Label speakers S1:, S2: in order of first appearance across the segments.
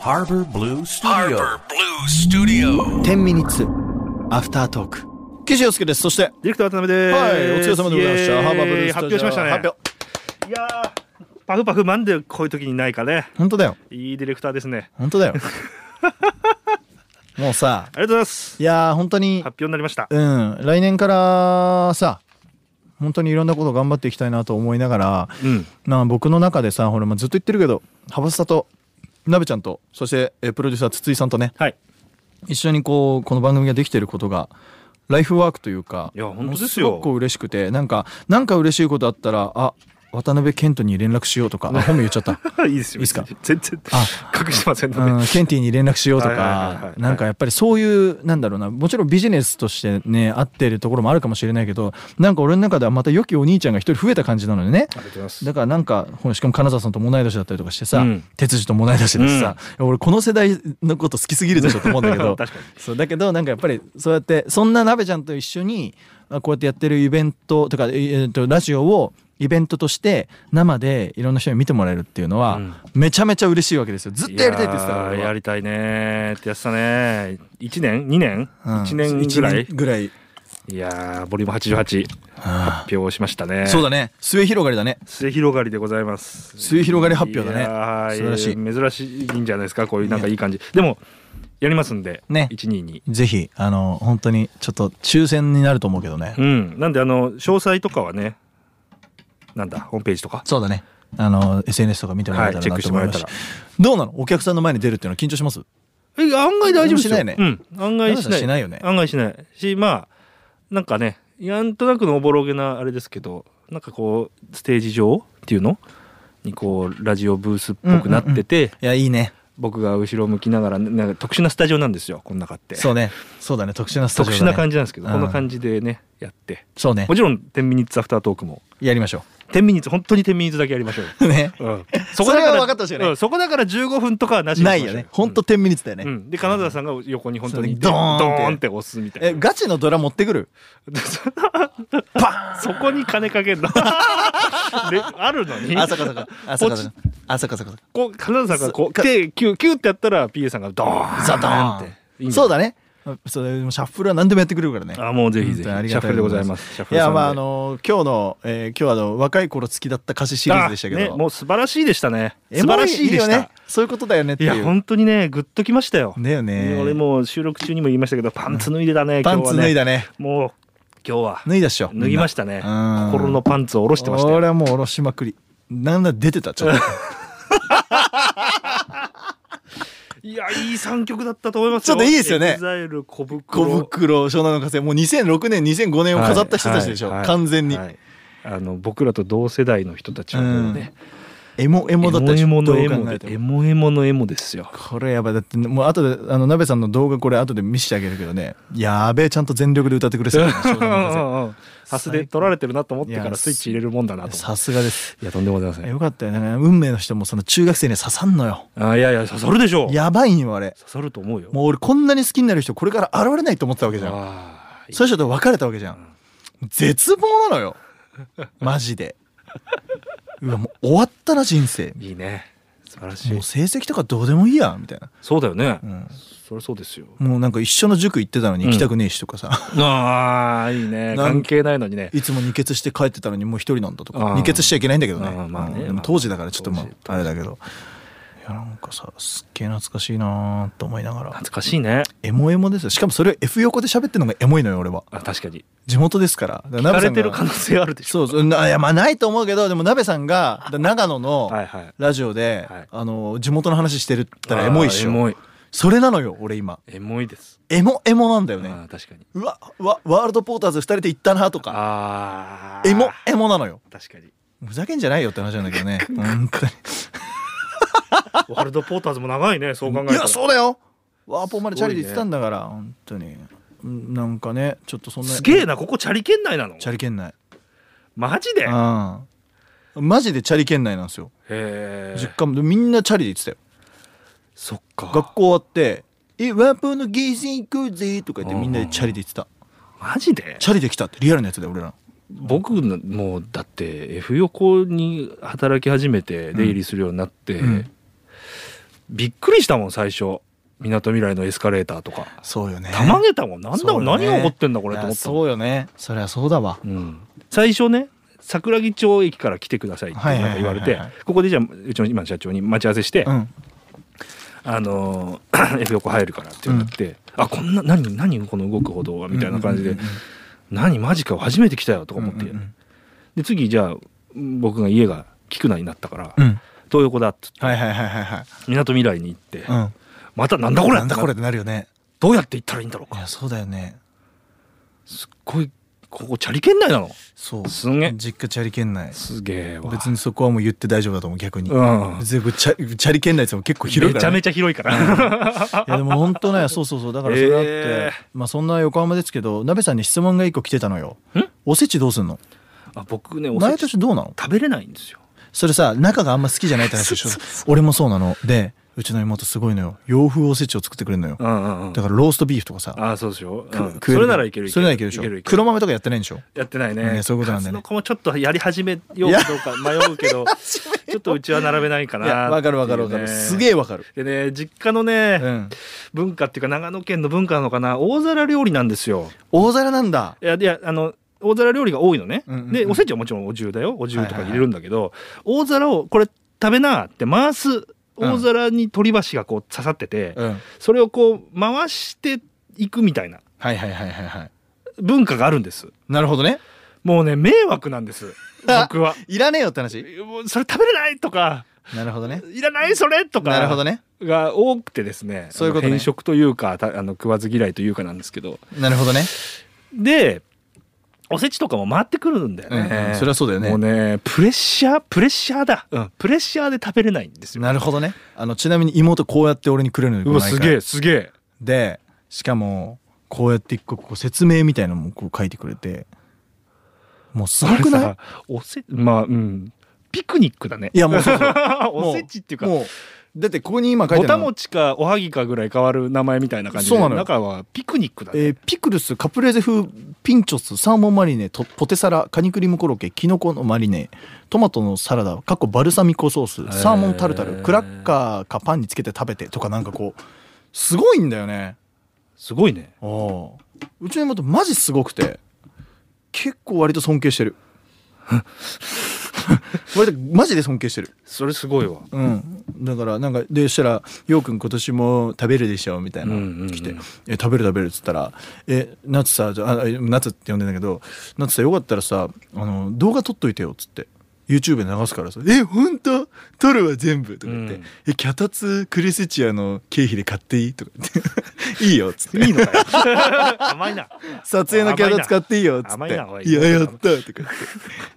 S1: Harbor Blue Studio
S2: Harbor Blue Studio.
S3: 天ミニッツアフタートーク岸洋介ですそしてはい
S4: ディレクター渡辺です。
S3: お疲れ様でございましたハーバーブルースタ
S4: 発表しましたね。
S3: 発表
S4: いやーパフパフマンでこういう時にないかね。
S3: 本当だよ
S4: いいディレクターですね。
S3: 本当 だよもうさ
S4: ありがとうございます。
S3: いやー本当に
S4: 発表になりました。
S3: うん来年からさ本当にいろんなこと頑張っていきたいなと思いながら、
S4: うん。
S3: まあ僕の中でさほら、まあずっと言ってるけど羽生と鍋ちゃんとそしてえープロデューサー筒井さんとね
S4: はい。
S3: 一緒にこうこの番組ができてることがライフワークというか
S4: いや本当ですよ
S3: ものごく嬉しくてなんかなんか嬉しいことあったらあ渡辺謙斗に連絡しようとかあ本名言っちゃった
S4: いいですよ。
S3: いいっすか
S4: 全然
S3: あ
S4: 隠してません
S3: う
S4: の
S3: ん
S4: で。
S3: ケンティーに連絡しようと
S4: はいはいはいは
S3: か
S4: い
S3: なんかやっぱりそういうなんだろうなもちろんビジネスとしてね合ってるところもあるかもしれないけどなんか俺の中ではまた良きお兄ちゃんが一人増えた感じなのでね
S4: ありがとうございます
S3: だからなんかほらしかも金沢さんと同い年だったりとかしてさ、
S4: うん
S3: 哲司とも同い年だしさ、俺この世代のこと好きすぎるでしょと思うんだけど
S4: 確かに
S3: そうだけどなんかやっぱりそうやってそんな鍋ちゃんと一緒にあこうやってやってるイベントとか、えーえーとラジオをイベントとして生でいろんな人に見てもらえるっていうのは、
S4: うん
S3: めちゃめちゃ嬉しいわけですよずっとやりたいって言ってたから
S4: やー
S3: 俺は
S4: やりたいねーってやってたねー。一年、二年、
S3: うん
S4: 一年ぐらい
S3: 一。年ぐらい
S4: いやーボリューム八十八発表しましたね。
S3: そうだね末広がりだね
S4: 末広がりでございます。
S3: 末広がり発表だね
S4: いやー
S3: 素晴らしい
S4: 珍しいんじゃないですか。こういうなんかいい感じ。でもやりますんで。
S3: ね
S4: 一二二。
S3: ぜひあの本当にちょっと抽選になると思うけどね、
S4: うん。なんであの詳細とかはね、なんだホームページとか。
S3: そうだねあの SNS とか見てもらえたら
S4: はいチェ
S3: な
S4: ックし
S3: と
S4: て
S3: 思
S4: もら
S3: い
S4: え
S3: ま
S4: た
S3: す
S4: ら
S3: どうなのお客さんの前に出るっていうのは緊張します
S4: え案外大丈夫ですよ。
S3: しないね
S4: うん。案外しない。
S3: しないよね
S4: 案外しない。しまあなんかね、なんとなくのおぼろげなあれですけど、なんかこうステージ上っていうのにこうラジオブースっぽくなってて、
S3: いやいいね
S4: 僕が後ろ向きながらなんか特殊なスタジオなんですよ。この中って。
S3: そうねそうだね特殊なスタジ
S4: 特
S3: オだ、ね、
S4: 殊な感じなんですけど、
S3: うん
S4: こんな感じでねやって
S3: そうね
S4: もちろん10ミニッツアフタートークも
S3: やりましょ
S4: 10ミニッツ本当に10ミニッツだけやりましょうよ、
S3: うね
S4: うん、
S3: それは分かってほしいよね
S4: うんそこだから15分とかはなしにしま
S3: な
S4: しょ
S3: いうよねほんと10ミニッツだよね、
S4: うんうんで金沢さんが横に本当にいて
S3: そうねドーンって
S4: ドーンって押すみた
S3: え
S4: いな
S3: ガチのドラ持ってく る
S4: そこに金かけんの であるのに
S3: あそかそかあそかそかあそかそか
S4: こう金沢さんがこう手キューキューってやったら PA さんがドーン
S3: ザドーン
S4: っ
S3: ってて
S4: いいんじゃ
S3: そ
S4: ないう
S3: だねそれでもシャッフルは何でもやってくれるからね
S4: あもうぜひ
S3: 本
S4: ぜひシ
S3: 当にあり
S4: ャ
S3: が
S4: ッ
S3: た
S4: フ
S3: い
S4: ルでございますシャッフ
S3: い
S4: ル
S3: や
S4: さんで
S3: まああのー今日の、えー今日はあの若い頃好きだった歌詞シリーズでしたけ
S4: あね
S3: ど、
S4: もう素晴らしいでしたね
S3: エ
S4: 素
S3: モ
S4: 晴らしいでし
S3: よ
S4: た
S3: ねそういうことだよねって
S4: い
S3: い
S4: や
S3: う
S4: 本当にねグッときましたよ。
S3: だよね
S4: 俺もう収録中にも言いましたけどパンツ脱いでたね今
S3: パ
S4: 日
S3: ン
S4: は
S3: ツ脱い
S4: ね。
S3: だね
S4: もう今日は
S3: 脱いだっしょ
S4: 脱ぎましたね心のパンツを下ろ
S3: 下
S4: してましたよ。
S3: 俺はもう下ろしまくりなんだ出てたち ょっと
S4: いやいい三曲だったと思います
S3: ち
S4: よ。
S3: ょっといいですよね
S4: エグザイル小袋
S3: 小袋湘南の火星もう2006年2005年を飾った人たちでしょ、
S4: はいはい
S3: 完全に、
S4: はいあの僕らと同世代の人たちはもうね。
S3: エモエ
S4: エ
S3: モだったでしょ
S4: モエモのエ
S3: どう考
S4: モ
S3: え
S4: で
S3: ても
S4: エモエモのエモですよ。
S3: これやばいだってもう後であの鍋さんの動画これ後で見せてあげるけどねやべえちゃんと全力で歌ってくれ そうだね湘
S4: うんう
S3: 南の
S4: んうん ハスで取られてるなと思ってか
S3: いや
S4: らスイッチ入れるもんだな
S3: 風
S4: と思
S3: さ
S4: っ
S3: すがです
S4: て。いやとんでもございません。
S3: よかったよね運命の人もその中学生には刺さんのよ
S4: あいやいや刺さるでしょう。刺
S3: やばいんよあれ
S4: さると思うよ。
S3: もう俺こんなに好きになる人これから現れないと思ってたわけじゃん
S4: あー
S3: そういう人と別れたわけじゃん絶望なのよマジでうわもう終わったな人生
S4: いいね素晴らし
S3: も
S4: いう
S3: 成績とかどうでもいいやみたいな、
S4: そうだよね、
S3: うん、
S4: そりゃそうですよ
S3: もうなんか一緒の塾行ってたのに行きたくねえしとかさ、
S4: ああいいね
S3: なん
S4: 関係ないのにね
S3: いつも二血して帰ってたのにもう一人なんだと
S4: あ
S3: か
S4: あ
S3: 二血しちゃいけないんだけどね,、
S4: ああまあね
S3: でも
S4: まあ
S3: 当時だからちょっとま
S4: 当時
S3: ああれだけどいやなんかさすっげえ懐かしいなーと思いながら
S4: 懐かしいね
S3: エモエモですよしかもそれを F 横で喋ってるのがエモいのよ俺は
S4: あ確かに
S3: 地元ですからだら
S4: 聞
S3: 鍋
S4: かれ
S3: さんが
S4: てる可能性あるでしょ
S3: そうそうないやまあないと思うけどでも鍋さんがだ長野の
S4: はいはい
S3: ラジオで、
S4: はい
S3: あの地元の話してるったらエモいっし
S4: あーエモ
S3: ょ
S4: い
S3: それなのよ俺今
S4: エモいです、
S3: エモエモなんだよ
S4: あ
S3: ね
S4: ー確かに
S3: うわうわワールドポーターズ2人で行ったなとか
S4: ああ
S3: エモエモなのよ
S4: 確かに
S3: ふざけんじゃないよって話なんだけ どね。本当に。
S4: ワールドポーターズも長いねそう考えた
S3: い
S4: ら
S3: や、そうだよ。ワーポーまでチャリで行って
S4: す
S3: た
S4: ごい
S3: んだから、本当に。うんなんかね、ちょっとそんな。
S4: すげえ。なここチャリ圏内なの
S3: チャリ圏内。
S4: マジで
S3: うん。マジでチャリ圏内なんですよ。
S4: へ
S3: 実
S4: え
S3: 家もみんなチャリで行ってたよ。
S4: そっか
S3: 学校終わって。え、ワーポーのゲーセン行こうぜとか言っ
S4: う
S3: て
S4: ん
S3: みんなでチャリで行ってた。
S4: マジで
S3: チャリで来たってリアルなやつだよ、俺ら。
S4: 僕のもうだって F 横に働き始めて出入りするようになって、
S3: ん
S4: びっくりしたもん最初みなとみらいのエスカレーターとか
S3: そうよね
S4: たまげたもんなんだ
S3: そ
S4: ろう、
S3: うよ
S4: 何
S3: ね
S4: が起こってんだこれと
S3: い
S4: 思
S3: や
S4: った
S3: そうよねそりゃそうだわ
S4: うん、最初ね桜木町駅から来てくださいって
S3: はいはい
S4: なん
S3: はい
S4: か言
S3: はい
S4: われてここでじゃあうちの今の社長に待ち合わせして「
S3: うん
S4: あのー F 横入るから」って言われて「あこんな何何この動く歩道は」みたいな感じで
S3: うんうんうんうん
S4: 「何マジか初めて来たよ」とか思って、
S3: うんうん
S4: で次じゃあ僕が家が菊名になったから、
S3: うんうん
S4: 東横だっつって
S3: はいはいはいはいはい
S4: みなとみらいに行って、
S3: うん
S4: またなんだこれ
S3: なんだこれってなるよね
S4: どうやって行ったらいいんだろう
S3: い
S4: か
S3: やそうだよね
S4: すっごいここチャリ圏内なの
S3: そう
S4: すんげえ
S3: 実家チャリ圏内
S4: すげえわ
S3: 別にそこはもう言って大丈夫だと思う逆に
S4: うん
S3: 別にチャチャリ圏内っても結構広い
S4: め
S3: か
S4: ち
S3: ら
S4: ゃ
S3: ね
S4: めちゃ広いから
S3: いやでも本当ねそうそうそうだからそれあって、
S4: えー
S3: まあそんな横浜ですけど鍋さんに質問が一個来てたのよ
S4: ん
S3: おせちどうすんの
S4: あ僕ねお
S3: 内
S4: せ
S3: 容
S4: ち
S3: とし
S4: 食
S3: てどうなの
S4: べれないんですよ
S3: それさ中があんま好きじゃないって話でしょ
S4: そう
S3: 俺もそうなのでうちの妹すごいのよ洋風おせちを作ってくれるのよ
S4: うんうんうん
S3: だからローストビーフとかさ
S4: あそうでしょ、う
S3: く
S4: ん、
S3: 食
S4: そ
S3: える
S4: れならいける
S3: それならいけるでしょ黒豆とかやってないんでしょ
S4: やってないね
S3: ねそういうことなんだよね
S4: 数の子もちょっとやり始めようかどうか迷うけ どちょっとうちは並べないか
S3: い
S4: な
S3: やわかるわかるわかるすげえわかる
S4: えでね実家のね、
S3: うん
S4: 文化っていうか長野県の文化なのかな大皿料理なんですよ
S3: 大皿なんだ
S4: いやいやあの大皿料理が多いのね、
S3: うんうんうん
S4: でおせちはもちろんお重だよお重と
S3: は
S4: か
S3: いはいはい
S4: 入れるんだけど、大皿をこれ食べなって回す大皿に取り箸がこう刺さってて、
S3: うんはい
S4: それをこう回していくみたいな
S3: はいはいはいはい
S4: 文化があるんです
S3: なるほど ね
S4: もうね迷惑な んです僕は
S3: いらねえよって話
S4: もうそれ食べれないとか
S3: なるほどね
S4: いらないそれとか
S3: なるほどね
S4: が多くてですね
S3: そういうことね
S4: あの偏食というかたあの食わず嫌いというかなんですけど
S3: なるほどね
S4: でおせちとかも回ってくるんだよね、
S3: うんうんそれはそうだよね
S4: もうねプレッシャープレッシャーだ、うん、プレッシャーで食べれないんですよ
S3: なるほどねあのちなみに妹こうやって俺にくれるのよ
S4: うわすげ
S3: え
S4: えすげえ
S3: でしかもこうやって一個こう説明みたいなのもこう書いてくれてもうすごく
S4: これ
S3: ない
S4: さおせまあうんピクニックだね
S3: いやもうそうそう
S4: おせちっていうか
S3: もうだってここに今書い
S4: ぼ
S3: てあ
S4: た
S3: るの
S4: もちかおはぎかぐらい変わる名前みたいな感じ
S3: そ
S4: で
S3: うなのよ
S4: 中はピクニックだね、
S3: えーピクルスカプレーゼ風ピンチョスサーモンマリネとポテサラカニクリームコロッケキノコのマリネトマトのサラダかっこバルサミコソー
S4: ー
S3: スサーモンタルタルクラッカーかパンにつけて食べてとかなんかこうすごいんだよね
S4: すごいね
S3: ああうちの妹マジすごくて結構割と尊敬してる割とマジで尊敬してる
S4: それすごいわ
S3: うんだからなんかでしたら「ようくん今年も食べるでしょ」みたいな
S4: うんうんうん
S3: 来て「え食べる食べる」っつったら「え夏さじゃああ夏って呼んでんだけど夏さよかったらさあの動画撮っといてよ」っつって。YouTube で流すからさ「え本当撮るわ全部」とか言って「
S4: うん
S3: えキャタツクリスチアの経費で買っていい?」とか言って「 いいよ」っつって
S4: いいのかよ甘いな
S3: 撮影のキャラ使っていいよっつって「
S4: 甘
S3: い
S4: いな甘いな
S3: ややった」とか 言って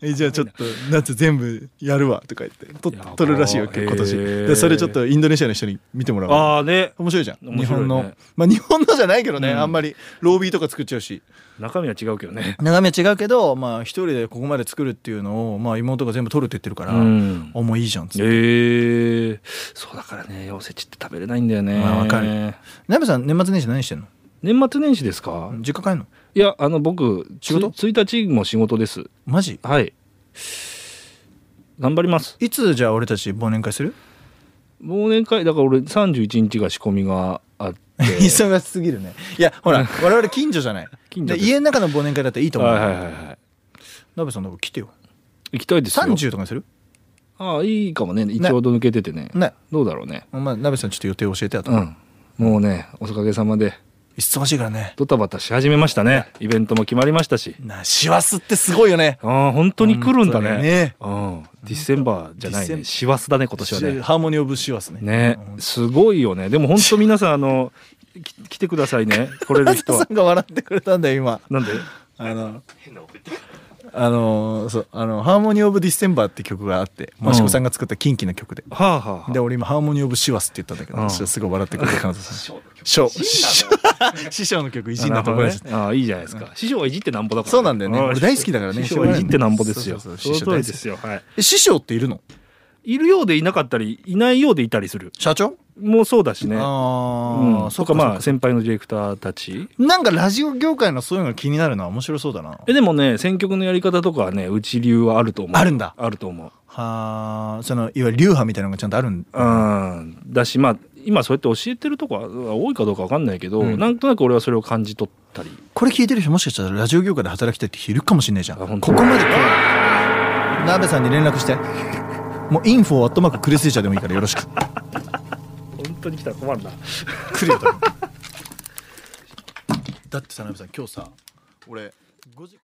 S3: え「じゃあちょっと夏全部やるわ」とか言ってと
S4: やば
S3: 撮るらしいわけ
S4: へー
S3: 今年でそれちょっとインドネシアの人に見てもらおう
S4: ああね
S3: 面白いじゃん、
S4: 面
S3: 日
S4: 白い
S3: 本
S4: ね
S3: のまあ日本のじゃないけどね、
S4: うん
S3: あんまりロービーとか作っちゃうし
S4: 中身は違うけどね
S3: 眺め違うけどまあ一人でここまで作るっていうのをまあ妹が全部撮るって言ってるから、
S4: うん
S3: あもういいじゃんっつって、
S4: ええそうだからねおせちって食べれないんだよね
S3: まあわかるナベさん年末年始何してんの
S4: 年末年始ですか、
S3: 実家帰んの
S4: いやあの僕
S3: 仕事
S4: つ1日も仕事です
S3: マジ
S4: はい頑張ります
S3: いつじゃあ俺たち忘年会する、
S4: 忘年会だから俺31日が仕込みがあ って
S3: 忙しすぎるねいやほら我々近所じゃない
S4: 近所
S3: で
S4: です
S3: 家の中の忘年会だったらいいと思う、
S4: はいはいはいはい
S3: ナベさんのとこ来てよ
S4: 行きたいですよ
S3: 30とかにする
S4: ああいいかもね一応ど抜けててね
S3: ね
S4: どうだろうね
S3: まあナベさんちょっと予定教えてあと、
S4: うんもうねおかげさまで
S3: 忙しいからね
S4: ドタバタし始めましたねイベントも決まりましたし
S3: な師走ってすごいよね
S4: ああ本当に来るんだ
S3: 本
S4: ね
S3: 当にね
S4: うん、ディセンバーじゃな
S3: ディ
S4: い
S3: セ
S4: ね
S3: ン
S4: 師走だね今年はね
S3: ハーモニー・オブ・シワスね
S4: ね
S3: うん、
S4: すごいよね。でも本当皆さん、あの、き来てくださいね。来れ る人
S3: さ
S4: は。
S3: んが笑ってくれたんだよ今
S4: なんで
S3: あのあのそうあの「ハーモニー・オブ・ディセンバー」って曲があって益子さんが作ったキンキの曲で、
S4: はあはあ。
S3: で俺今「ハーモニー・オブ・シワス」って言ったんだけど、
S4: うん
S3: そしたらすごい笑ってくれた 彼女さん師匠師匠の曲いじんなところです、
S4: なるほどねああ、いいじゃないですか。師匠はいじってなんぼだから。
S3: そうなんだよね
S4: ああ
S3: 俺大好きだからね
S4: 師匠はいじってなんぼですよ。
S3: そ
S4: そうう
S3: そうそう
S4: の通りですよ。はい。
S3: え師匠っているの
S4: いるようでいなかったり、いないようでいたりする。
S3: 社長、
S4: もうそうだしね。
S3: ああ、
S4: うん。
S3: そ
S4: と
S3: っか
S4: か、
S3: ま
S4: ま
S3: あ
S4: あ、先輩のディレクターたち。
S3: なんかラジオ業界のそういうのが気になるのは面白そうだなは
S4: え、でもね、選曲のやり方とかはね、うち流はあると思う。
S3: あるんだ
S4: あると思う。
S3: あそのいわゆる流派みたいなのがちゃんとあるん
S4: うん。だし、まあ、今そうやって教えてるとこは多いかどうかわかんないけど、
S3: うん
S4: なんとなく俺はそれを感じ取ったり
S3: これ聞いてる人もしかしたらラジオ業界で働きたいって人いるかもしれないじゃん
S4: あ
S3: こ
S4: 本当
S3: こまで来る鍋さんに連絡してもうインフォアットマーククレスイチャーでもいいからよろしく
S4: 本当に来たら困るな
S3: 来るよ多分だってさ鍋さん今日さ俺5時